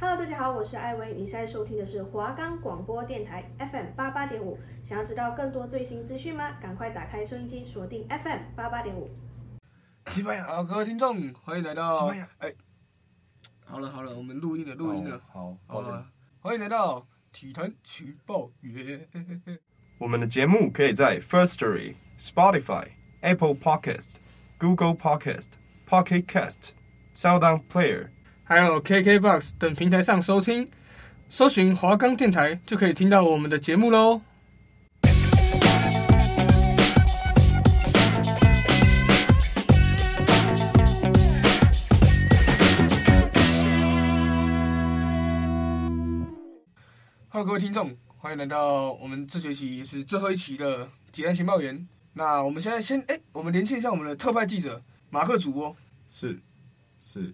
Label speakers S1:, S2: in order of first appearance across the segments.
S1: Hello，大家好，我是艾薇，你现在收听的是华冈广播电台 FM 八八点五。想要知道更多最新资讯吗？赶快打开收音机，锁定 FM 八八点五。
S2: 西班牙，
S3: 好，各位听众，欢迎来到
S2: 西班牙
S3: 哎，好了好了，我们录音了，录音了。
S2: 好，
S3: 好
S2: 抱歉。
S3: 了，欢迎来到体坛情报员。
S4: 我们的节目可以在 First Story、Spotify、Apple Podcast、Google Podcast、Pocket Cast、Sound On Player
S3: 还有 KKBox 等平台上收听，搜寻华冈电台就可以听到我们的节目喽。Hello，各位听众，欢迎来到我们这学期也是最后一期的《简单情报员》。那我们现在先，哎、我们连线一下我们的特派记者马克哦主播。
S2: 是是，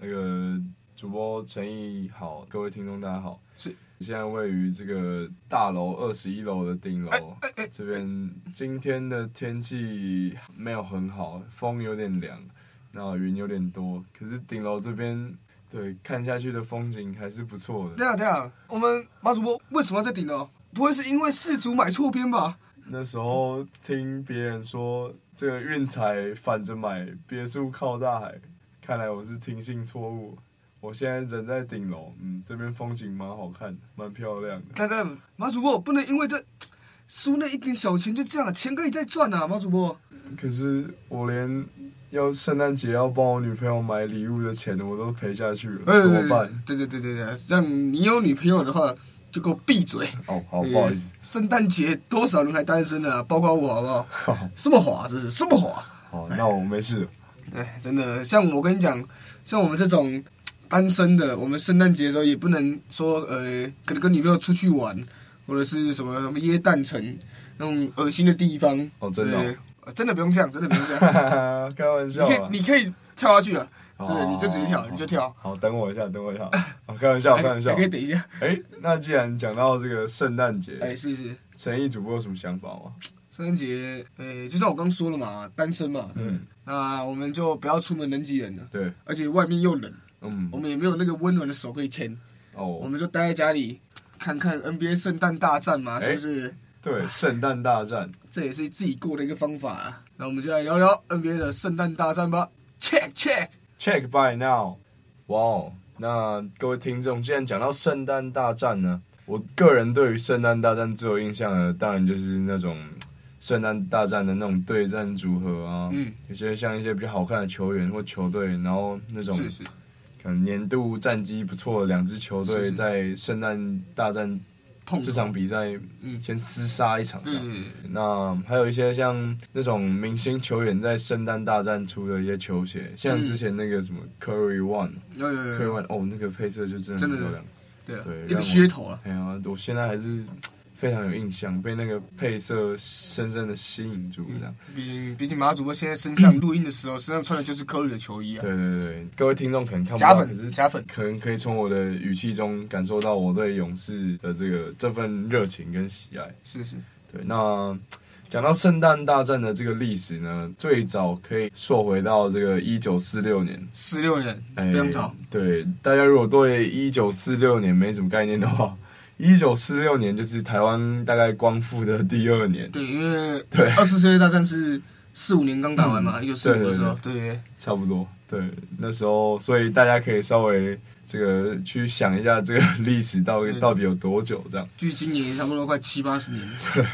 S2: 那个主播陈毅好，各位听众大家好，
S3: 是
S2: 现在位于这个大楼二十一楼的顶楼。
S3: 哎哎
S2: 这边今天的天气没有很好，风有点凉，那云有点多。可是顶楼这边，对看下去的风景还是不错
S3: 对
S2: 的。
S3: 啊对啊，我们马主播为什么要在顶楼？不会是因为四组买错边吧？
S2: 那时候听别人说这个运财反着买，别墅靠大海，看来我是听信错误。我现在人在顶楼，嗯，这边风景蛮好看，蛮漂亮的。
S3: 但但马主播不能因为这输那一点小钱就这样了，钱可以再赚啊，马主播。
S2: 可是我连要圣诞节要帮我女朋友买礼物的钱我都赔下去了，怎么办？
S3: 哎对对对对对，让你有女朋友的话，就给我闭嘴。
S2: 哦，好，不好意思。
S3: 呃圣诞节多少人还单身呢、啊？包括我好不好？
S2: 好，
S3: 什么滑这是什么滑？
S2: 好，那我没事了。
S3: 哎，真的，像我跟你讲，像我们这种单身的，我们圣诞节的时候也不能说呃，可能跟女朋友出去玩，或者是什么什么耶诞城那种恶心的地方。
S2: 哦真的哦
S3: 对呃真的不用这样，真的不用这 样。
S2: 开玩
S3: 你
S2: 笑
S3: 可
S2: 啊，哦
S3: 以，你可以跳下去啊！
S2: 好
S3: 对，你就直接跳，你就。跳。
S2: 好好，好等我一下，等我 一下。好开玩笑，
S3: 哎
S2: 开玩笑
S3: 哎。可以等一下。
S2: 哎，那既然讲到这个圣诞
S3: 哎，
S2: 节，
S3: 是是，
S2: 陈毅主播有什么想法吗？
S3: 圣诞节，呃，就像我刚说了嘛，单身嘛，
S2: 嗯，
S3: 那我们就不要出门人挤人了，
S2: 对，
S3: 而且外面又冷，
S2: 嗯
S3: 我，们也没有那个温暖的手可以牵。我
S2: 哦，
S3: 们就待在家里看看 NBA 圣诞大战嘛，
S2: 哎
S3: 是不是？
S2: 对，圣诞大战，
S3: 这也是自己过的一个方法、啊。那我们就来聊聊 NBA 的圣诞大战吧。Check check，
S2: Check by now，哇哦！那各位听众，既然讲到圣诞大战呢，我个人对于圣诞大战最有印象的，当然就是那种嗯圣诞大战的那种对战组合啊，
S3: 嗯，
S2: 有些像一些比较好看的球员或球队，然后那种
S3: 是是，
S2: 可能年度战绩不错的两支球
S3: 是
S2: 队
S3: 是
S2: 在圣诞大战
S3: 碰啊
S2: 这场比赛
S3: 嗯
S2: 先厮杀一场这
S3: 对
S2: 样，
S3: 对对
S2: 那还有一些像那种明星球员在圣诞大战出的一些球鞋，像之前那个什么 Curry One、
S3: 嗯有有有
S2: Curry
S3: 有，
S2: One，哦，那个配色就真的
S3: 真的
S2: 很漂亮。
S3: 对啊
S2: 对
S3: 一个
S2: 让我
S3: 噱头啊。
S2: 哎呀，我现在还是非常有印象，被那个配色深深的吸引住这样。
S3: 毕竟毕竟马主播现在身上录音的时候，身上穿的就是科里的球衣啊，
S2: 对对对，对各位听众可能看不
S3: 假
S2: 到，可
S3: 粉
S2: 是
S3: 假粉。
S2: 可能可以从我的语气中感受到我对勇士的这个这份热情跟喜爱。
S3: 是是，
S2: 对，那讲到圣诞大战的这个历史呢，最早可以溯回到这个一九四六年，
S3: 十六人
S2: 哎
S3: 非常早，
S2: 对，大家如果对一九四六年没什么概念的话，一九四六年就是台湾大概光复的第二年，
S3: 对，因为
S2: 对嗯
S3: 二次世界大战是四五年刚打完嘛，一九四五的时候，对对
S2: 差不多。对，那时候，所以大家可以稍微这个去想一下这个历史到底
S3: 嗯
S2: 到底有多久，这样
S3: 距今年差不多快七八十年了。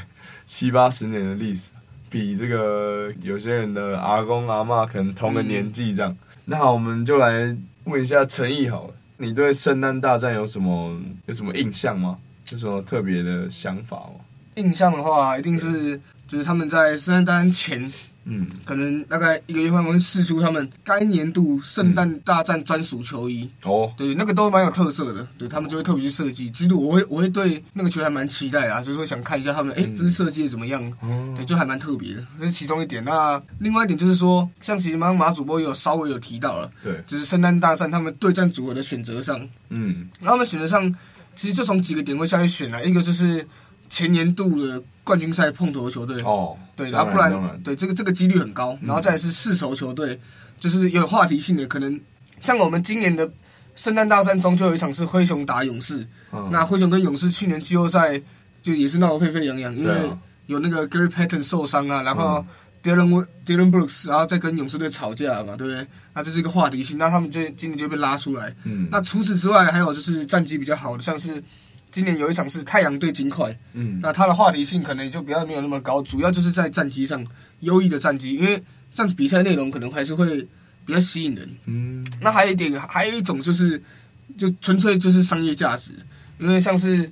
S2: 七八十年的历史，比这个有些人的阿公阿嬷可能
S3: 嗯
S2: 同个年纪这样。那好，我们就来问一下陈毅好了，你对圣诞大战有什么有什么印象吗？有什么特别的想法吗？
S3: 印象的话，一定是就是他们在圣诞大战前，
S2: 嗯，
S3: 可能大概一个月后会试出他们该年度圣诞大战专属球衣，
S2: 哦，
S3: 对，那个都蛮有特色的，对他们就会特别去设计。其实我会我会对那个球还蛮期待啊，就是会想看一下他们哎、
S2: 嗯
S3: 这是设计的怎么样。对，
S2: 哦，
S3: 就还蛮特别的，这是其中一点。那另外一点就是说，像其实刚刚马主播也有稍微有提到了，
S2: 对，
S3: 就是圣诞大战他们对战组合的选择上，
S2: 嗯，
S3: 然后他们选择上其实就从几个点位下去选了、一个就是前年度的冠军赛碰头的球队，
S2: 哦，
S3: 对，然
S2: 当
S3: 后不然
S2: 当然嗯
S3: 对这个这个几率很高，然后再来是世仇球队，就是有话题性的，可能像我们今年的圣诞大战中就有一场是灰熊打勇士，
S2: 嗯
S3: 那灰熊跟勇士去年季后赛就也是闹得沸沸扬扬，因
S2: 对
S3: 为
S2: 啊，嗯
S3: 有那个 Gary Patton 受伤啊，然后 Dylan Dylan Brooks 然后再跟勇士队吵架嘛，对不对？那这是一个话题性，那他们就今年就被拉出来。
S2: 嗯，
S3: 那除此之外，还有就是战绩比较好的，像是今年有一场是太阳对金块，
S2: 嗯，
S3: 那它的话题性可能就比较没有那么高，主要就是在战绩上优异的战绩，因为这样子比赛内容可能还是会比较吸引人。
S2: 嗯，
S3: 那还有一点，还有一种就是，就纯粹就是商业价值，因为像是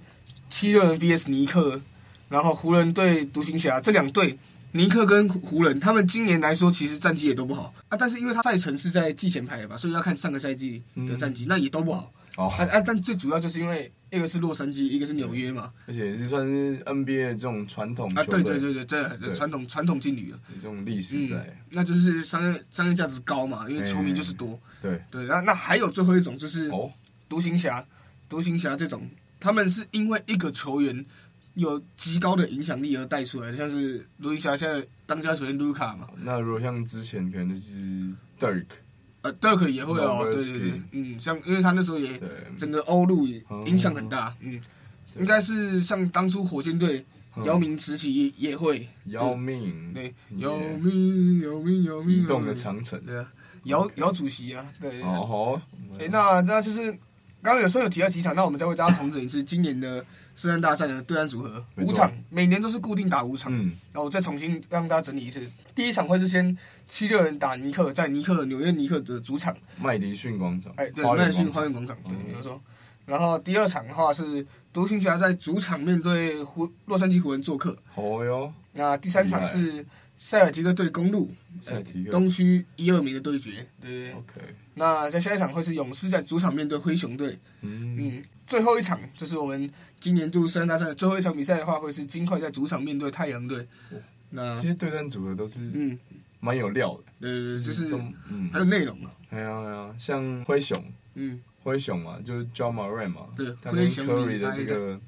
S3: 七六人 VS 尼克，然后湖人对独行侠这两队，尼克跟湖人，他们今年来说其实战绩也都不好啊，但是因为他赛程是在季前排的嘛，所以要看上个赛季的战绩，那也都不好
S2: 哦，
S3: 啊啊！但最主要就是因为一个是洛杉矶，一个是纽约嘛，
S2: 而且也是算是 NBA 这种传统
S3: 啊，
S2: 球
S3: 对
S2: 队
S3: 对对对，这这
S2: 对
S3: 传统传统劲旅了，
S2: 这种历史
S3: 嗯
S2: 在，，
S3: 那就是商业商业价值高嘛，因为球迷就是多，
S2: 对，
S3: 对，然后那还有最后一种就是。
S2: 哦，
S3: 独行侠、独行侠这种，他们是因为一个球员有极高的影响力而带出来的，像是独行侠现在当家球员卢卡嘛，
S2: 那如果像之前可能就是 Dirk，
S3: 呃，Dirk 也会哦，
S2: Nowitzki
S3: 对对对，嗯，像因为他那时候也
S2: 对，哦
S3: 整个欧陆也影响很大，嗯，
S2: 对
S3: 应该是像当初火箭队
S2: 嗯
S3: 姚，明时期也也会，
S2: 姚明，
S3: 对，
S2: 也
S3: 姚明，姚明，姚明，
S2: 移动的
S3: 姚明
S2: 长城，
S3: 啊对啊，姚姚主席啊，对，
S2: 哦吼，
S3: 诶，那那就是刚刚有说有提到几场，那我们再为大家重整一次今年的圣诞大战的对战组合，
S2: 没
S3: 五
S2: 错
S3: 场，每年都是固定打五场，
S2: 嗯，
S3: 然后我再重新让大家整理一次。第一场会是先七六人打尼克，在尼克纽约尼克的主场，
S2: 麦迪逊广场，
S3: 哎，对，
S2: 花园
S3: 麦迪逊
S2: 广场
S3: 花园广场，对，
S2: 嗯
S3: 没有错。然后第二场的话是独行侠在主场面对湖洛杉矶湖人做客，
S2: 哦哟，
S3: 那第三场是塞尔提克对公路，
S2: 塞尔提克
S3: 呃哎东区一二名的对决，对对对。
S2: ，OK，
S3: 那在下一场会是勇士在主场面对灰熊队，
S2: 嗯，
S3: 嗯，最后一场就是我们今年度圣诞大赛的最后一场比赛的话，会是金块在主场面对太阳队。那
S2: 哦其实对战组合都是
S3: 啊嗯，
S2: 蛮有料的，
S3: 对对对，就是
S2: 都嗯
S3: 还，有内容嘛，
S2: 哎呀哎呀，像灰熊，啊
S3: 嗯，
S2: 灰熊嘛，就是 John Moran 嘛，
S3: 对
S2: 他跟
S3: 灰熊
S2: Curry 的
S3: 礼拜
S2: 这个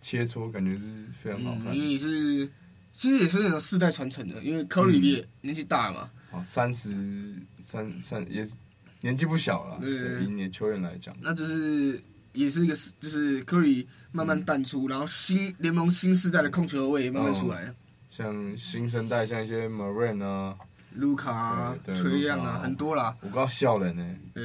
S2: 切磋感觉是非常好
S3: 嗯，
S2: 看
S3: 因为
S2: 的，
S3: 也是，其实也是那种世代传承的，因为 Curry
S2: 嗯
S3: 也年纪大嘛，
S2: 哦，三十三三也是年纪不小了，
S3: 对
S2: 对，以年球员来讲，
S3: 那就是也是一个世就是 Curry
S2: 嗯
S3: 慢慢淡出，然后新联盟新世代的控球后卫也慢慢
S2: 哦
S3: 出来了，
S2: 像新生代像一些 Moran 啊，
S3: 卢卡啊、
S2: 对对
S3: 崔样啊，
S2: Luka
S3: 很多啦，
S2: 我刚笑人呢，
S3: 呃，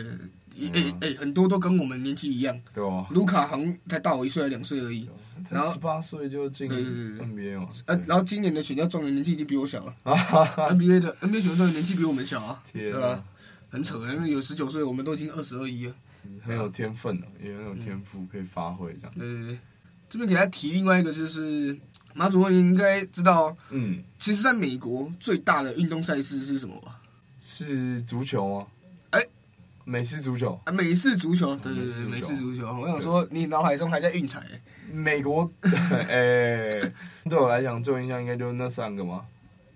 S3: 也
S2: 嗯
S3: 诶诶，很多都跟我们年纪一样，
S2: 对吧？
S3: 卢卡好像才大我一岁还两岁而已。
S2: 他
S3: 然后嗯
S2: 十八岁就进
S3: 对对对对
S2: NBA 嘛，
S3: 呃，
S2: 对
S3: 然后今年的选秀状元年纪已经比我小了
S2: 啊哈哈，
S3: ，NBA 的 NBA 选秀状元年纪比我们小啊，
S2: 天
S3: 呃对
S2: 啊
S3: 吧，很扯，因为有十九岁，我们都已经二十二一了。
S2: 很有天分的，也
S3: 嗯
S2: 很有天赋可以发挥这样，
S3: 对对对，这边给大家提另外一个就是，马主播你应该知道，
S2: 嗯，
S3: 其实在美国最大的运动赛事是什么吧？
S2: 是足球吗？
S3: 哎
S2: 美式足球，
S3: 啊，美式足球，对对对，
S2: 美
S3: 美
S2: 式
S3: 式
S2: 足
S3: 足球。我想说，你脑海中还在运彩、欸，
S2: 美国， 哎、对我来讲最有印象应该就是那三个嘛，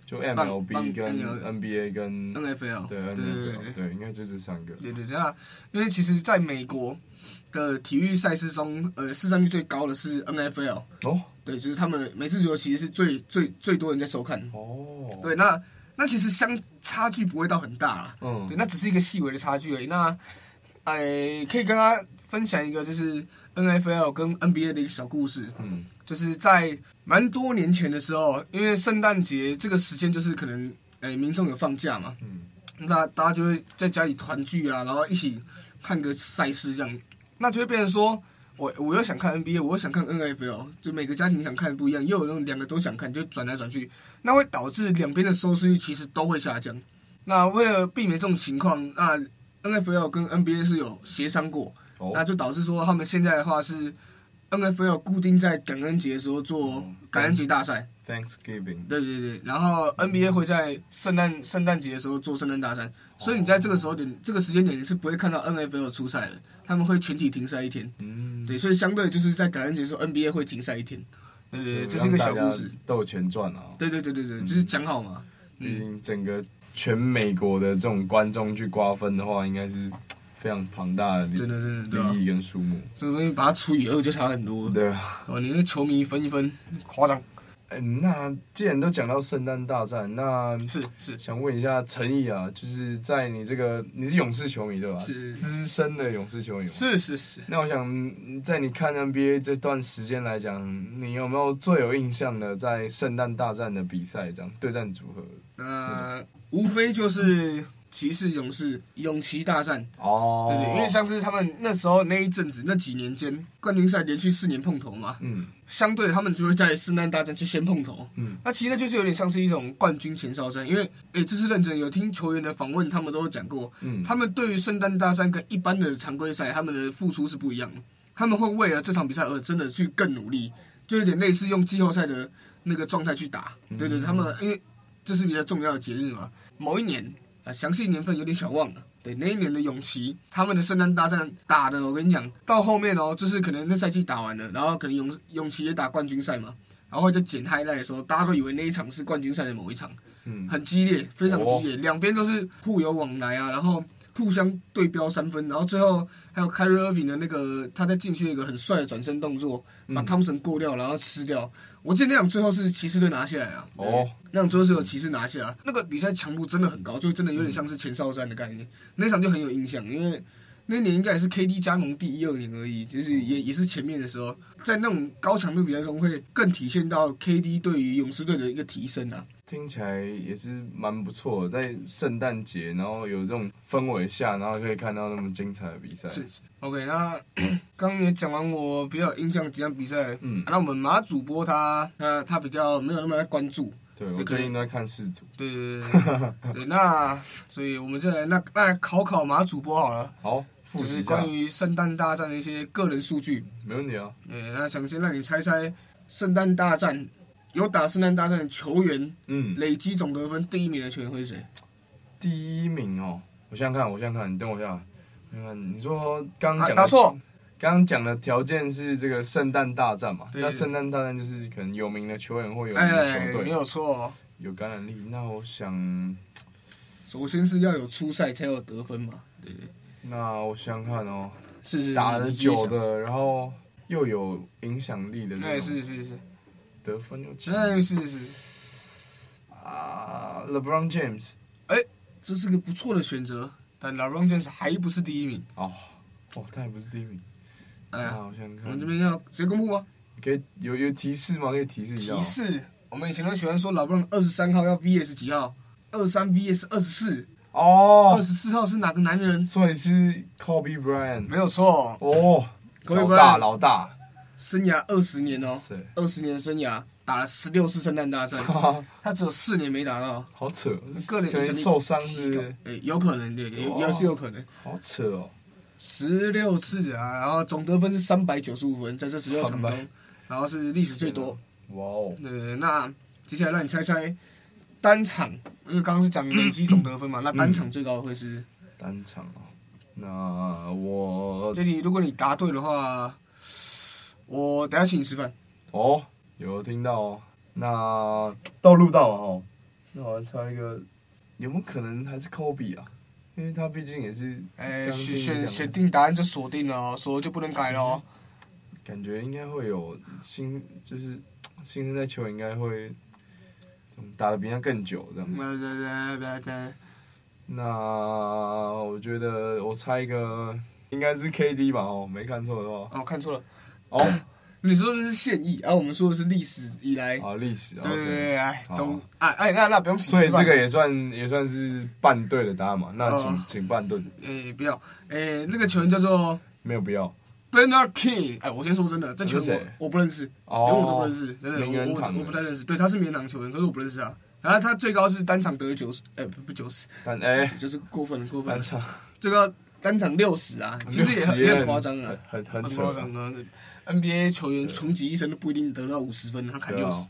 S2: 就
S3: 棒
S2: MLB
S3: 棒
S2: 跟
S3: 那个
S2: NBA 跟
S3: 嗯 NFL，
S2: 对
S3: 哦对对
S2: NFL
S3: 对
S2: 对，应该就这三个。
S3: 对对对，那因为其实在美国的体育赛事中，呃，市占率最高的是 NFL，
S2: 哦
S3: 对，就是他们美式足球其实是最最最多人在收看。
S2: 哦，
S3: 对，，那那其实相差距不会到很大啦，
S2: 嗯，
S3: 对，那只是一个细微的差距而已。那，呃，可以跟大家分享一个就是 NFL 跟 NBA 的一个小故事，
S2: 嗯
S3: 就是在蛮多年前的时候，因为圣诞节这个时间就是可能，呃，民众有放假嘛，
S2: 嗯
S3: 那大家就会在家里团聚啊，然后一起看个赛事这样，那就会变成说，我我又想看 NBA，我又想看 NFL，就每个家庭想看的不一样，又有那种两个都想看，就转来转去，那会导致两边的收视率其实都会下降。那为了避免这种情况，那 NFL 跟 NBA 是有协商过，
S2: 哦，
S3: 那就导致说他们现在的话是 NFL 固定在感恩节的时候做
S2: 嗯
S3: 感恩节大赛，
S2: Thanksgiving
S3: 对对对，然后 NBA 会在圣诞圣诞节的时候做圣诞大战，所以你在这个时候
S2: 哦
S3: 点这个时间点你是不会看到 NFL 出赛的，他们会全体停赛一天，
S2: 嗯，
S3: 对，所以相对就是在感恩节的时候 NBA 会停赛一天，对对对，这是一个小故事，，嗯
S2: 斗钱赚啊，
S3: 对对对对对，就是讲好嘛，
S2: 毕竟整个全美国的这种观众去瓜分的话，应该是非常庞大的利
S3: 真的啊真的对吧、
S2: 利益跟数目，
S3: 这个东西把它除以二就差很多，
S2: 嗯对啊，
S3: 哦，你那球迷分一分，夸张。哎、
S2: 嗯，那既然都讲到圣诞大战，那
S3: 是是
S2: 想问一下陈毅啊，就是在你这个你是勇士球迷对吧？
S3: 是
S2: 资深的勇士球迷。
S3: 是是是，
S2: 那我想在你看 NBA 这段时间来讲，你有没有最有印象的在圣诞大战的比赛这样对战组合？
S3: 那呃无非就是骑士、勇士、勇骑大战，
S2: 哦，
S3: 对对，因为像是他们那时候那一阵子那几年间，冠军赛连续四年碰头嘛，
S2: 嗯
S3: 相对他们就会在圣诞大战去先碰头。
S2: 嗯
S3: 那其实那就是有点像是一种冠军前哨战，因为诶、这是认真有听球员的访问，他们都有讲过，
S2: 嗯，
S3: 他们对于圣诞大战跟一般的常规赛，他们的付出是不一样的。他们会为了这场比赛而真的去更努力，就有点类似用季后赛的那个状态去打。对对，他们因为这是比较重要的节日嘛。某一年啊，详细年份有点小忘了。对，那一年的勇士，他们的圣诞大战打的，我跟你讲，到后面哦，就是可能那赛季打完了，然后可能勇勇士也打冠军赛嘛，然后就剪 highlight 的时候，大家都以为那一场是冠军赛的某一场，
S2: 嗯哦
S3: 很激烈，非常激烈，两边都是互有往来啊，然后互相对标三分，然后最后还有 Kyrie Irving 的那个他在禁区有一个很帅的转身动作，把
S2: 嗯
S3: 汤神过掉，然后吃掉。我记得那场最后是骑士队拿下来啊，对
S2: 哦，
S3: 那场最后是有骑士拿下来，那个比赛强度真的很高，就真的有点像是前哨战的概
S2: 嗯
S3: 念。那场就很有印象，因为那年应该也是 KD 加盟第一二年而已，就是
S2: 哦
S3: 也也是前面的时候，在那种高强度比赛中会更体现到 KD 对于勇士队的一个提升啊。
S2: 听起来也是蛮不错的，在圣诞节，然后有这种氛围下，然后可以看到那么精彩的比赛。
S3: 是 OK，那刚刚也讲完我比较有印象的几场比赛，啊
S2: 嗯
S3: 那我们马主播他他他比较没有那么在关注，
S2: 对我最近都在看四组。
S3: 对对 对对对，那所以我们就来那那来考考马主播好了，
S2: 好，复
S3: 就
S2: 习
S3: 是
S2: 一下
S3: 关，于圣诞大战的一些个人数据，
S2: 没问题啊。
S3: 对，那想先让你猜猜圣诞大战有打圣诞大战的球员
S2: 嗯，
S3: 累积总得分第一名的球员会是谁？
S2: 第一名哦，我想想看，我想想看，你等我一下，啊我想想看，你说刚刚
S3: 啊
S2: 讲
S3: 答
S2: 的，
S3: 错，
S2: 刚刚讲的条件是这个圣诞大战嘛？
S3: 对
S2: 那圣诞大战就是可能有名的球员或有名的
S3: 哎，
S2: 球
S3: 没
S2: 队
S3: 有错，
S2: 有感染力。那我想，
S3: 首先是要有出赛才有得分嘛，
S2: 那我想想看哦，
S3: 是是，
S2: 打得
S3: 你继续
S2: 久
S3: 想
S2: 的，然后又有影响力的这
S3: 对，
S2: 种
S3: 是是是，
S2: 得分又强
S3: 哎，是是，
S2: 啊，LeBron James
S3: 这是个不错的选择，但 LeBron James 还不是第一名。
S2: 哦，哦，他也不是第一名。那
S3: 哎呀，
S2: 我想想
S3: 我们这
S2: 看，
S3: 边要直接公布吗？
S2: 可以有有提示吗？可以提示一下吗。
S3: 提示，我们以前都喜欢说 LeBron 二十三号要 VS 几号，二三 VS 二十四，
S2: 哦
S3: 二，十四号是哪个男人？
S2: 所以是 Kobe Bryant
S3: 没有错，
S2: 哦，
S3: Kobe
S2: 老大
S3: Bryant
S2: 老大，
S3: 生涯二十年哦，
S2: 是，
S3: 二十年的生涯打了十六次圣诞大战，
S2: 哈哈，
S3: 他只有四年没打到，
S2: 好扯，
S3: 个人
S2: 可能
S3: 影响力
S2: 受伤是不是，
S3: 哎，有可能对，也也是有可能。
S2: 好扯哦，
S3: 十六次啊，然后总得分是三百九十五分，在这十六场
S2: 300
S3: 中，然后是历史最多。
S2: 哇哦，
S3: 对，那接下来让你猜猜单场，因为刚刚是讲累积总得分嘛，那单场最高会是？
S2: 单场哦，那我
S3: 这题如果你答对的话，我等一下请你吃饭。
S2: 哦，有听到哦。那到录到了哦，那我要挑一个，有没有可能还是 Kobe 啊？因为他毕竟也是，
S3: 哎，
S2: 刚刚听
S3: 选
S2: 你讲
S3: 选
S2: 的
S3: 选定答案就锁定了哦，锁就不能改了哦。
S2: 感觉应该会有新，就是新生代球员应该会怎么打的比他更久这样。
S3: 对对对对对，
S2: 那我觉得我猜一个，应该是 KD 吧哦，没看错的话。
S3: 哦，看错了，
S2: 哦，
S3: 你说的是现役，而、我们说的是历史以来。
S2: 好哦历史，
S3: 哎对对
S2: OK
S3: 对，哎，
S2: 好
S3: 总哎哎，那那不用请
S2: 所以
S3: 吃
S2: 这
S3: 饭。
S2: 个也算也算是半对的答案嘛。那请、
S3: 哦
S2: 请半对，
S3: 哎，不要，哎，那个球员叫做
S2: 没有必要。
S3: Bernard King。哎，我先说真的，这球
S2: 啊这是
S3: 员
S2: 谁
S3: 我我不认识。
S2: 哦，
S3: 连我都不认识，真的，
S2: 名人
S3: 我
S2: 堂啊的
S3: 我我不太认识。对，他是名人堂球员，可是我不认识他。然后他最高是单场得九十，哎，不不九十，
S2: 但哎，
S3: 就是过分了，过分
S2: 单
S3: 了。
S2: 场
S3: 最高单场六十啊，其实也很也很夸张啊，，
S2: 很很
S3: 很
S2: 很
S3: 夸
S2: 扯啊。
S3: 张啊。NBA 球员穷极一生都不一定得到五十分，他砍
S2: 对
S3: 六
S2: 啊，
S3: 十，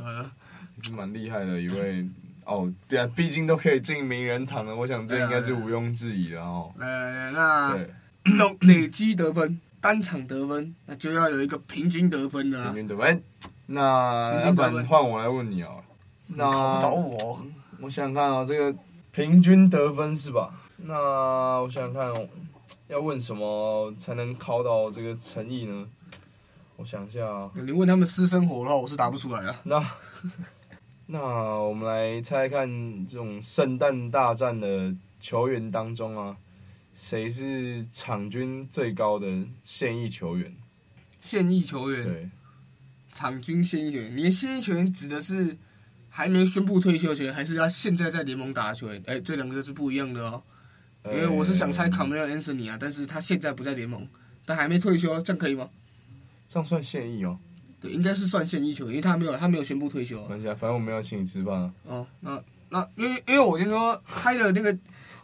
S3: 呃，
S2: 也是蛮厉害的一位。哦，对啊，毕竟都可以进名人堂了，我
S3: 啊
S2: 想这应该是毋庸置疑的哦。
S3: 呃，那
S2: 对，
S3: 那 累积得分，单场得分，那就要有一个平均得分的
S2: 平
S3: 啊。
S2: 均得分。哎那要不然换我来问你哦。那
S3: 考不倒我，
S2: 我想想看啊、这个平均得分是吧？那我想想看、哦，要问什么才能考到这个诚意呢？我想一下啊，
S3: 你问他们私生活的话，我是答不出来啊的。
S2: 那那我们来猜猜看，这种圣诞大战的球员当中啊，谁是场均最高的现役球员？
S3: 现役球员，
S2: 对，
S3: 场均现役球员，你的现役球员指的是还没宣布退休的球员，还是他现在在联盟打的球员？哎、这两个是不一样的哦。因为我是想猜
S2: 呃
S3: Camilo Anthony 啊，但是他现在不在联盟，但还没退休，这样可以吗？
S2: 这样算现役哦，
S3: 对，应该是算现役球员，因为他没有他没有宣布退休
S2: 没
S3: 啊、
S2: 关系啊，反正我没有请你吃饭啊。
S3: 哦，那那因为因为我先说猜的那个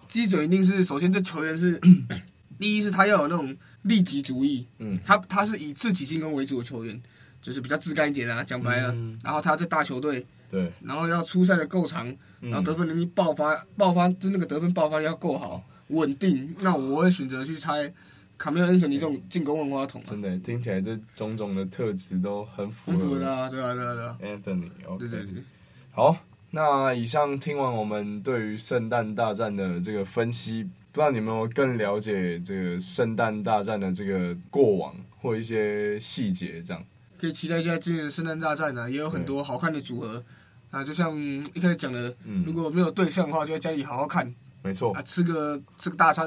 S3: 基准一定是，首先这球员是 第一是他要有那种利己主义，
S2: 嗯，
S3: 他他是以自己进攻为主的球员，就是比较自干一点啊，讲白了。
S2: 嗯
S3: 然后他在大球队，
S2: 对，
S3: 然后要出赛的够长，
S2: 嗯
S3: 然后得分能力爆发，爆发就那个得分爆发力要够好，稳定。那我会选择去猜卡梅尔恩森尼这种进攻万花筒、啊
S2: 真，的听起来这种种的特质都很符
S3: 很符合
S2: 合
S3: 的啊，对啊，对啊，对啊，
S2: Anthony。OK，
S3: 对对对。
S2: 好，那以上听完我们对于圣诞大战的这个分析，不知道你们有没有更了解这个圣诞大战的这个过往或一些细节这样。
S3: 可以期待一下今年的圣诞大战呢、啊也有很多好看的组合。啊，就像嗯一开始讲的，
S2: 嗯
S3: 如果没有对象的话，就在家里好好看
S2: 没错
S3: 啊，，吃个吃个大餐，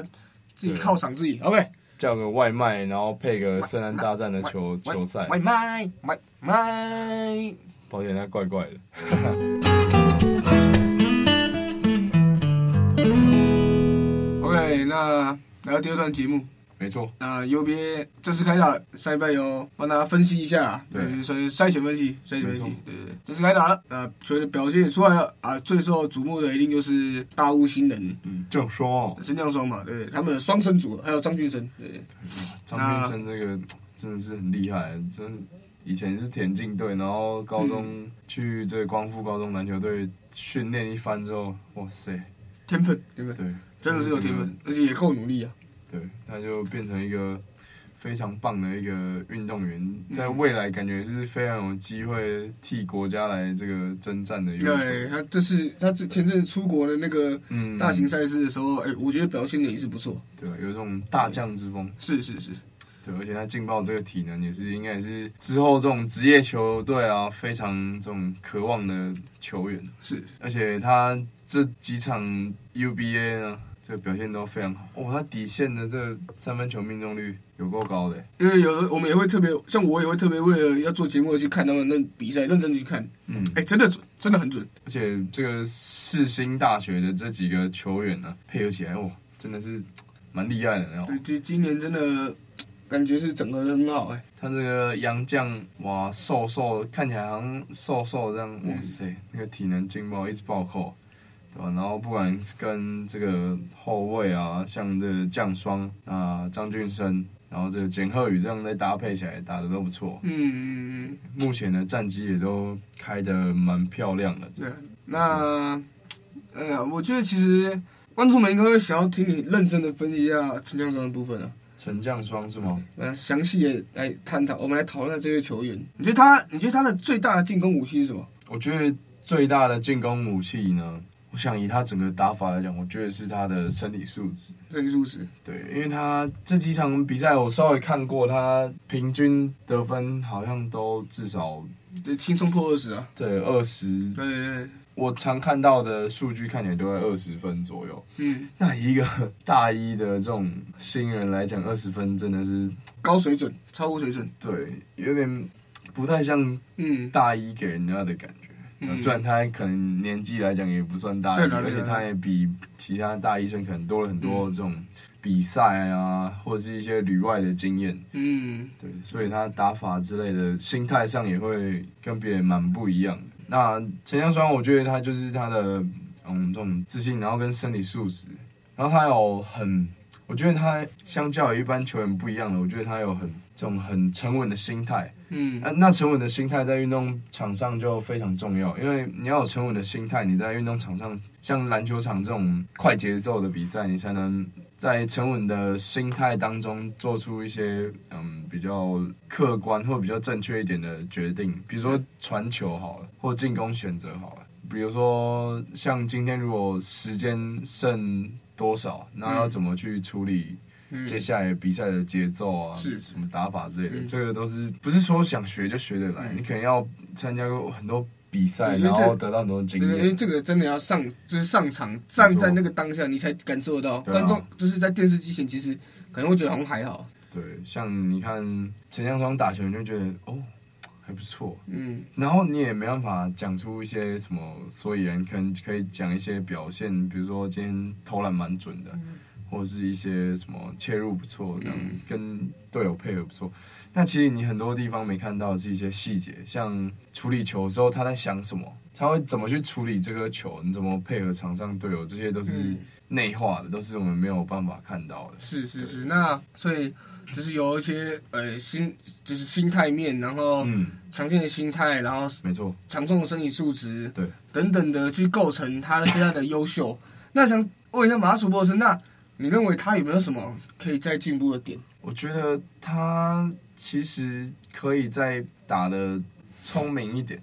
S3: 自己
S2: 对
S3: 犒赏自己。OK，
S2: 叫个外卖，然后配个圣诞大战的球球赛，
S3: 外卖，外卖。
S2: 抱歉，那怪怪的。
S3: OK，那来到第二段节目，
S2: 没错，
S3: 那 UBA 正式开打，上一半有帮大家分析一下，啊
S2: 对
S3: 就是算是筛选分析，筛选分析
S2: 没错，
S3: 对对对，正式开打了，那球员的表现也出来了啊，最受瞩目的一定就是大物新人
S2: 嗯，这样说哦，
S3: 陈亮双嘛，对，他们的双生组合还有张俊生，对，
S2: 张先生这个真的是很厉害，真的以前是田径队，然后高
S3: 嗯
S2: 中去这个光复高中篮球队训练一番之后，哇塞，
S3: 天分，对不对？
S2: 对，
S3: 真的是有天分，而且也够努力啊，
S2: 对，他就变成一个非常棒的一个运动员，
S3: 嗯
S2: 在未来感觉是非常有机会替国家来这个征战的一个
S3: 对
S2: 球。
S3: 他这次他这前阵子出国的那个
S2: 嗯，
S3: 大型赛事的时候，哎，我觉得表现的也是不错，
S2: 对，有这种大将之风。
S3: 是是是，
S2: 对，而且他劲爆这个体能也是应该也是之后这种职业球队啊非常这种渴望的球员，
S3: 是
S2: 而且他这几场 UBA 呢。这个表现都非常好哦，他底线的这个三分球命中率有够高的，欸
S3: 因为有时候我们也会特别，像我也会特别为了要做节目而去看他们那比赛，认真地去看。
S2: 嗯，
S3: 哎、真的准，真的很准。
S2: 而且这个世新大学的这几个球员呢、配合起来，哦，真的是蛮厉害的哦。
S3: 对，这今年真的感觉是整合的很好、哎，
S2: 他这个杨将，哇，瘦瘦，看起来好像瘦瘦这样，哇塞，
S3: 嗯
S2: 那个体能劲爆，一直暴扣，对吧？然后不管是跟这个后卫啊，像这个将双啊，张俊生，然后这个简鹤宇这样再搭配起来，打的都不错。
S3: 嗯嗯嗯，
S2: 目前的战绩也都开的蛮漂亮的，
S3: 对啊。那，哎呀，我觉得其实观众们应该会想要听你认真的分析一下陈江章的部分啊，
S2: 陈将双是吗？
S3: 呃，详细的来探讨，我们来讨论一下这个球员。你觉得他，你觉得他的最大的进攻武器是什么？
S2: 我觉得最大的进攻武器呢，我想以他整个打法来讲，我觉得是他的身体素质。
S3: 这个数值，
S2: 对，因为他这几场比赛我稍微看过，他平均得分好像都至少
S3: 对，轻松破二十啊。
S2: 对二十，
S3: 对对对，
S2: 我常看到的数据看起来都在二十分左右。
S3: 嗯，
S2: 那以一个大一的这种新人来讲，二十分真的是
S3: 高水准，超乎水准。
S2: 对，有点不太像
S3: 嗯，
S2: 大一给人家的感觉。
S3: 嗯
S2: 呃虽然他可能年纪来讲也不算大
S3: 对
S2: 一，
S3: 啦
S2: 而
S3: 对啦嗯
S2: 且他也比其他大医生可能多了很多这种比赛啊，或者是一些旅外的经验，
S3: 嗯，
S2: 对，所以他打法之类的心态上也会跟别人蛮不一样的。那陈江川，我觉得他就是他的嗯这种自信，然后跟身体素质，然后他有很，我觉得他相较于一般球员不一样的，我觉得他有很这种很沉稳的心态。
S3: 嗯
S2: 那，那沉稳的心态在运动场上就非常重要，因为你要有沉稳的心态，你在运动场上，像篮球场这种快节奏的比赛，你才能在沉稳的心态当中做出一些嗯比较客观或比较正确一点的决定，比如说传球好了，或进攻选择好了，比如说像今天如果时间剩多少，那要怎么去处理
S3: 嗯
S2: 接下来比赛的节奏啊，
S3: 是
S2: 什么打法之类的，
S3: 嗯
S2: 这个都是不是说想学就学得来，
S3: 嗯
S2: 你可能要参加过很多比赛，
S3: 因为
S2: 然
S3: 这
S2: 后得到很多经
S3: 因为
S2: 验。
S3: 这个真的要上，就是上场站在那个当下，你才感受得到。
S2: 对啊
S3: 观众就是在电视机前，其实可能会觉得好像还好，
S2: 对，像你看陈江双打球，你就觉得哦还不错，
S3: 嗯，
S2: 然后你也没办法讲出一些什么所以然，可能可以讲一些表现，比如说今天投篮蛮准的，或者是一些什么切入不错，这样、
S3: 嗯
S2: 跟队友配合不错。那其实你很多地方没看到的是一些细节，像处理球之后他在想什么，他会怎么去处理这个球，你怎么配合场上队友，这些都是
S3: 嗯
S2: 内化的，都是我们没有办法看到的。
S3: 是是是。那所以就是有一些呃心，就是心态面，然后
S2: 嗯，
S3: 强健的心态，然后
S2: 没错，
S3: 强壮的身体素质，
S2: 对
S3: 等等的去构成他现在的优秀。那想问一下马主博士，那你认为他有没有什么可以再进步的点？
S2: 我觉得他其实可以再打的聪明一点，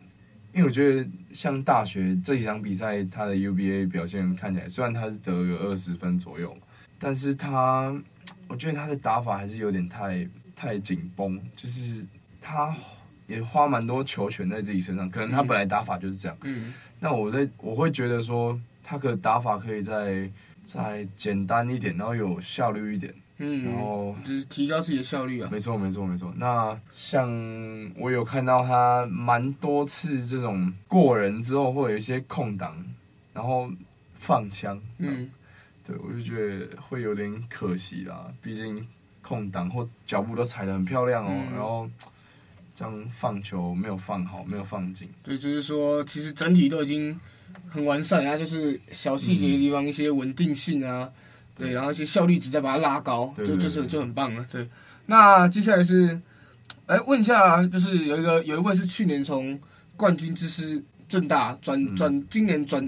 S2: 因为我觉得像大学这几场比赛，他的 UBA 表现看起来，虽然他是得个二十分左右，但是他我觉得他的打法还是有点太太紧绷，就是他也花蛮多球权在自己身上，可能他本来打法就是这样。
S3: 嗯
S2: 那我在我会觉得说，他的打法可以再再简单一点，然后有效率一点，
S3: 嗯，
S2: 然后
S3: 就是提高自己的效率啊。
S2: 没错，没错，没错。那像我有看到他蛮多次这种过人之后会有一些空档，然后放枪。
S3: 嗯，
S2: 对我就觉得会有点可惜啦，毕竟空档或脚步都踩得很漂亮哦，
S3: 嗯
S2: 然后这样放球没有放好，没有放进。
S3: 对，就是说，其实整体都已经很完善，然后就是小细节的地
S2: 嗯
S3: 方，一些稳定性啊，对，然后一些效率值再把它拉高，
S2: 对对
S3: 就
S2: 对
S3: 就是
S2: 对
S3: 就很棒了。对，那接下来是，哎，问一下，就是有一个有一位是去年从冠军之师正大转
S2: 嗯
S3: 转，今年转，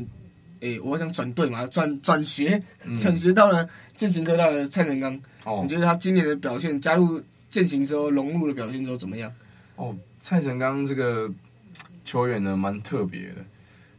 S3: 哎，我想转队嘛，转转学
S2: 嗯
S3: 转学到了健行科大的蔡成刚，
S2: 哦
S3: 你觉得他今年的表现，加入健行之后融入的表现之后怎么样？
S2: 哦，蔡成刚这个球员呢，蛮特别的。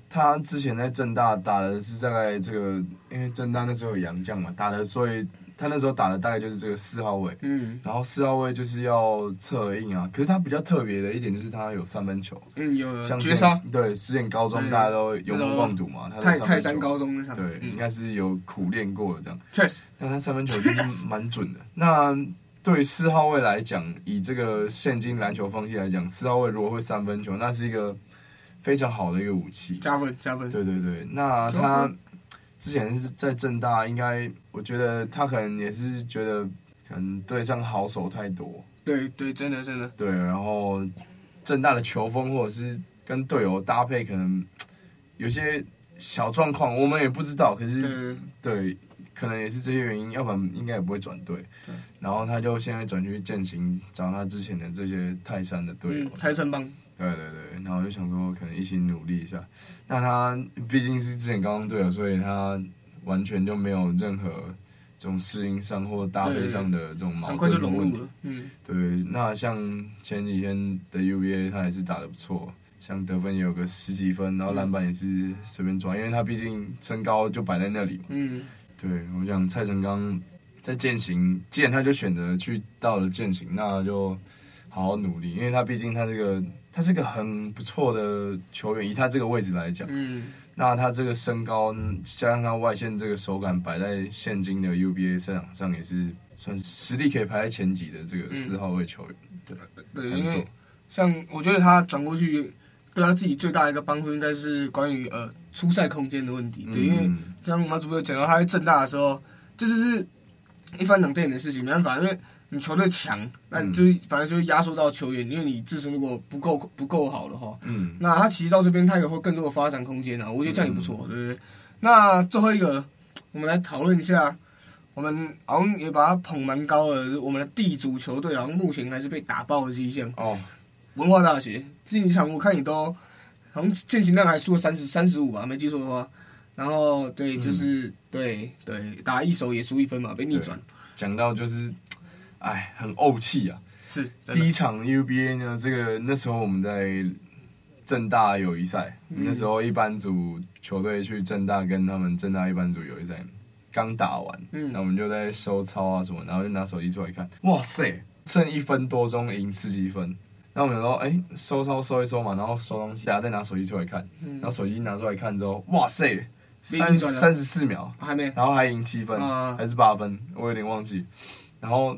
S2: 他之前在正大打的是大概这个，因为正大那时候有洋将嘛，打的所以他那时候打的大概就是这个四号位，
S3: 嗯
S2: 然后四号位就是要策应啊。可是他比较特别的一点就是他有三分球，
S3: 嗯，有
S2: 像之
S3: 绝
S2: 前
S3: 杀。
S2: 对，之前高中
S3: 对
S2: 大家都有目共睹嘛，他
S3: 泰
S2: 的
S3: 泰
S2: 分
S3: 山
S2: 球
S3: 高中那场，
S2: 对，应
S3: 嗯，
S2: 该是有苦练过的这样。
S3: 确实，
S2: 那他三分球就是蛮准的。那对四号位来讲，以这个现今篮球风气来讲，四号位如果会三分球，那是一个非常好的一个武器。
S3: 加分加分，
S2: 对对对，那他之前是在正大，应该我觉得他可能也是觉得可能对上好手太多，
S3: 对对，真的真的，
S2: 对，然后正大的球风或者是跟队友搭配，可能有些小状况，我们也不知道，可是
S3: 对
S2: 对，可能也是这些原因，要不然应该也不会转队。然后他就现在转去践行，找他之前的这些泰山的队友
S3: 嗯，。泰山帮，
S2: 对对对，然后我就想说，可能一起努力一下。那他毕竟是之前高中队友，所以他完全就没有任何这种适应上或搭配上的这种矛
S3: 很快
S2: 盾
S3: 就
S2: 的
S3: 融
S2: 问
S3: 入
S2: 题。
S3: 了，嗯，
S2: 对，那像前几天的 UVA，他也是打得不错，像得分也有个十几分，然后篮板也是随便抓，因为他毕竟身高就摆在那里嘛。
S3: 嗯，
S2: 对，我想蔡成刚在践行，既然他就选择去到了践行，那就好好努力，因为他毕竟他这个他是个很不错的球员，以他这个位置来讲，
S3: 嗯，
S2: 那他这个身高嗯加上他外线这个手感，摆在现今的 UBA 赛场上也是算是实力可以排在前几的这个四号位球员，
S3: 对，
S2: 还
S3: 因
S2: 不
S3: 为
S2: 错。
S3: 像我觉得他转过去，对他自己最大的一个帮助应该是关于呃出赛空间的问题，对，因为
S2: 嗯
S3: 像马主播有讲到，他在正大的时候，这就是一翻两瞪眼的事情，没办法，因为你球队强，那
S2: 嗯
S3: 你就是反正就会压缩到球员，因为你自身如果不够不够好的话，
S2: 嗯，
S3: 那他其实到这边，他有会更多的发展空间啊，我觉得这样也不错，
S2: 嗯
S3: 对不对？那最后一个，我们来讨论一下，我们好像也把它捧蛮高的，我们的地主球队好像目前还是被打爆的迹象。
S2: 哦，
S3: 文化大学近一场我看你都好像践行量还输了三十三十五吧，没记错的话。然后对，
S2: 嗯
S3: 就是、对对，打一手也输一分嘛，被逆转，
S2: 讲到就是，哎，很怄气啊。
S3: 是真
S2: 第
S3: 的
S2: 一场 UBA 呢，这个那时候我们在正大友谊赛，
S3: 嗯
S2: 那时候一班组球队去正大跟他们正大一班组友谊赛刚打完，
S3: 嗯
S2: 那我们就在收操啊什么，然后就拿手机出来看，哇塞，剩一分多钟赢十几分。那我们想说，哎、收操收一收嘛，然后收东西啊，再拿手机出来看，然后手机拿出来看之后，哇塞，
S3: 被
S2: 三
S3: 逆嗯转了
S2: 三十四秒，
S3: 还没，
S2: 然后还赢七分、
S3: 啊
S2: 还是八分，我有点忘记。然后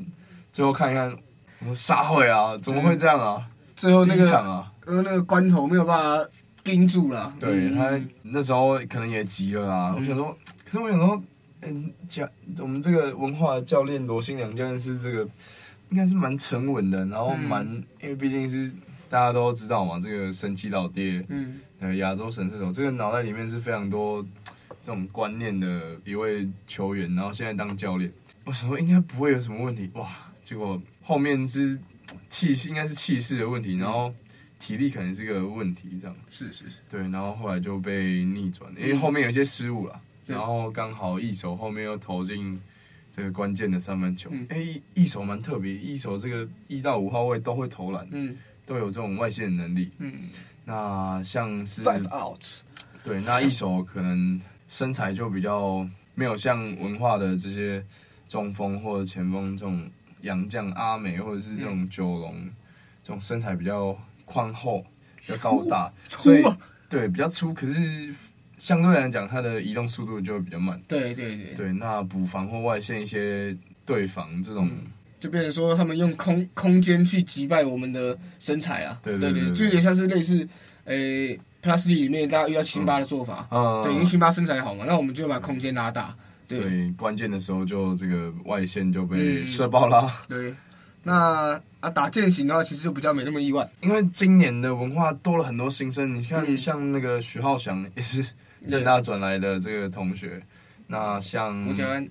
S2: 最后看一看，我说杀会啊，怎么会这样啊？
S3: 最嗯哦后那
S2: 第一场
S3: 个
S2: 啊，
S3: 呃那个关头没有办法盯住了。
S2: 对
S3: 嗯
S2: 他那时候可能也急了啊。我想说，可是我想说，嗯，教我们这个文化教练罗新良教练是这个应该是蛮沉稳的，然后蛮、因为毕竟是大家都知道嘛，这个神奇老爹，
S3: 嗯
S2: 呃，亚洲神射手，这个脑袋里面是非常多这种观念的一位球员，然后现在当教练， 我想说应该不会有什么问题，哇，结果后面是气应该是气势的问
S3: 嗯
S2: 题，然后体力可能是个问题这样。
S3: 是是，
S2: 对，然后后来就被逆转，因为后面有一些失误了，
S3: 嗯对
S2: 然后刚好一手后面又投进这个关键的三分球
S3: 嗯。
S2: 哎、一一手蛮特别，一手这个一到五号位都会投篮，
S3: 嗯
S2: 都有这种外线能力。
S3: 嗯
S2: 那像是
S3: ，five out，
S2: 对，那一手可能身材就比较没有像文化的这些中锋或者前锋这种洋将阿美或者是这种
S3: 嗯
S2: 九龙、这种身材比较宽厚、比较高大，
S3: 粗
S2: 所以
S3: 啊
S2: 对比较粗，可是相对来讲它的移动速度就会比较慢。
S3: 对对对，
S2: 对，那补防或外线一些对防这种，
S3: 就变成说他们用空空间去击败我们的身材啊。
S2: 对对
S3: 对
S2: 对对
S3: 就有点像是类似诶 Plus D 里面大家遇到辛巴的做法，
S2: 嗯，
S3: 对，因为辛巴身材好嘛，那我们就把空间拉大。
S2: 所
S3: 对
S2: 以关键的时候就这个外线就被
S3: 嗯
S2: 射爆啦。
S3: 对，那啊打践行的话，其实就比较没那么意外。
S2: 因为今年的文化多了很多新生，你看
S3: 嗯
S2: 像那个徐浩翔也 是正大转来的这个同学，那像
S3: 郭家安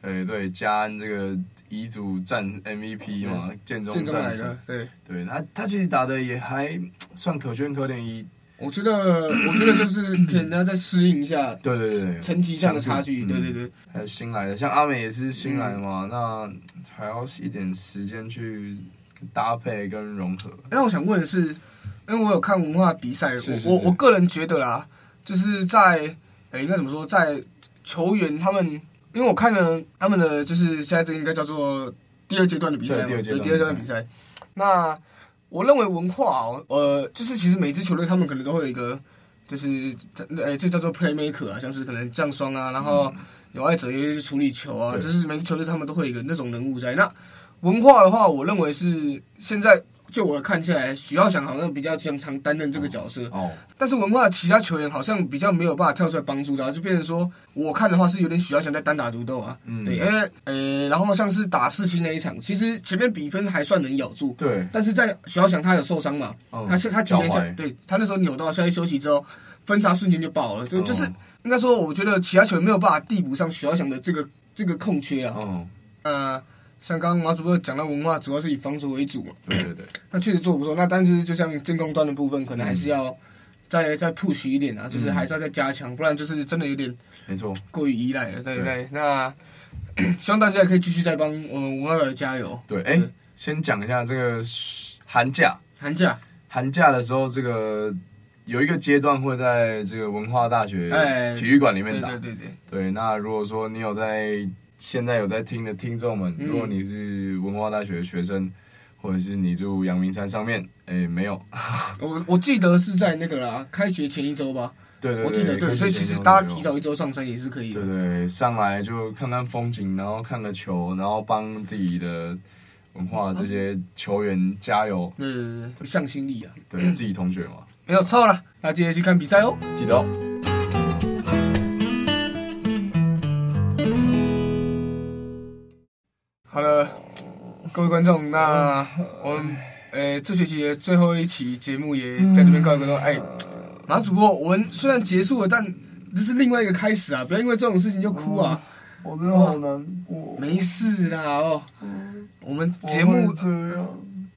S2: 呃对嘉安这个乙组战 MVP 嘛，建中
S3: 嗯建中
S2: 战
S3: 来
S2: 士，
S3: 的，对，
S2: 对他他其实打的也还算可圈可点一，
S3: 我觉得我觉得就是可能要再适应一下
S2: 对对对对，
S3: 成绩上的差距。
S2: 强度
S3: 对
S2: 嗯
S3: 对对，
S2: 还有新来的，像阿美也是新来的
S3: 嗯
S2: 嘛，那还要一点时间去搭配跟融合，
S3: 那我想问的是，因为我有看文化比赛，
S2: 是是是
S3: 我我我个人觉得啦，就是在诶、应该怎么说，在球员他们，因为我看了他们的，就是现在这应该叫做第二阶段的比赛嘛，
S2: 对第二阶段的比赛
S3: 第二阶段的比赛。那我认为文化哦，呃，就是其实每支球队他们可能都会有一个，就是呃，这叫做 playmaker 啊，像是可能降双啊，然后有爱者也是处理球啊，
S2: 嗯对
S3: 就是每支球队他们都会有一个那种人物在。那文化的话，我认为是现在就我看起来，许耀祥好像比较常常担任这个角色，
S2: 哦，
S3: 但是文化其他球员好像比较没有办法跳出来帮助他，就变成说，我看的话是有点许耀祥在单打独斗啊，
S2: 嗯
S3: 对，因为呃，然后像是打四星那一场，其实前面比分还算能咬住，
S2: 对，
S3: 但是在许耀祥他有受伤嘛，
S2: 嗯
S3: 他是他今天
S2: 脚
S3: 下
S2: 踝
S3: 对他那时候扭到下去休息之后，分差瞬间就爆了，对，
S2: 嗯
S3: 就是应该说，我觉得其他球员没有办法递补上许耀祥的这个这个空缺啊，
S2: 嗯，
S3: 呃，像刚刚马主播讲到文化主要是以防守为主嘛，
S2: 对对对。
S3: 那确实做不错。那但是就像进攻端的部分，可能还是要再、再 push 一点啊，就是还是要再加强，不然就是真的有点
S2: 没错，
S3: 过于依赖了，对不对
S2: 对？
S3: 那希望大家也可以继续再帮呃我们文化队加油。
S2: 对，哎、
S3: 对
S2: 先讲一下这个寒假，
S3: 寒假，
S2: 寒假的时候，这个有一个阶段会在这个文化大学
S3: 哎
S2: 体育馆里面
S3: 对
S2: 打。
S3: 对对对，
S2: 对，那如果说你有在现在有在听的听众们，
S3: 嗯
S2: 如果你是文化大学的学生，或者是你住阳明山上面，哎，没有，
S3: 我我记得是在那个啦，开学前一周吧，
S2: 对对对，
S3: 我记得
S2: 可
S3: 对，
S2: 以
S3: 所以
S2: 先
S3: 其实
S2: 用
S3: 大
S2: 这
S3: 家
S2: 个
S3: 提早一周上山也是可以
S2: 对
S3: 的。
S2: 对，上来就看看风景，然后看个球，然后帮自己的文化这些球员加油，
S3: 对对对，向心力啊，
S2: 对自己同学嘛，
S3: 没有错了。那记得去看比赛哦。
S2: 记得哦。
S3: 好了，各位观众，那
S2: 嗯
S3: 我们呃这学期的最后一期节目也在这边告一个段落。哎，马主播，我们虽然结束了，但这是另外一个开始啊！不要因为这种事情就哭啊！
S2: 我真的好难过。
S3: 没事啦哦，我们节
S2: 嗯我
S3: 目
S2: 会这样，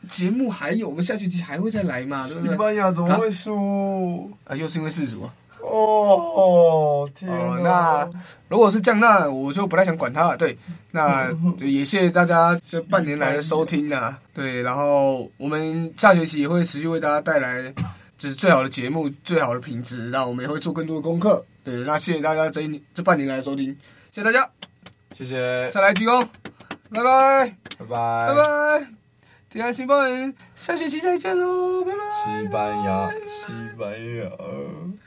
S3: 节目还有，我们下学期还会再来嘛，啊对不
S2: 西
S3: 对？
S2: 班牙怎么会输？
S3: 啊，又是因为世足啊。
S2: 哦，天
S3: 哦，
S2: 哪！
S3: 那如果是这样，那我就不太想管他了。对，那就也谢谢大家这半年来的收听啊。对，然后我们下学期也会持续为大家带来就是最好的节目、最好的品质。那我们也会做更多的功课。对，那谢谢大家这一年这半年来的收听，谢谢大家，
S2: 谢谢，
S3: 再来一鞠躬，拜拜，
S2: 拜
S3: 拜
S2: 哎拜，
S3: 拜，提案情报员，下学期再见喽，拜拜，
S2: 西班牙，西班牙。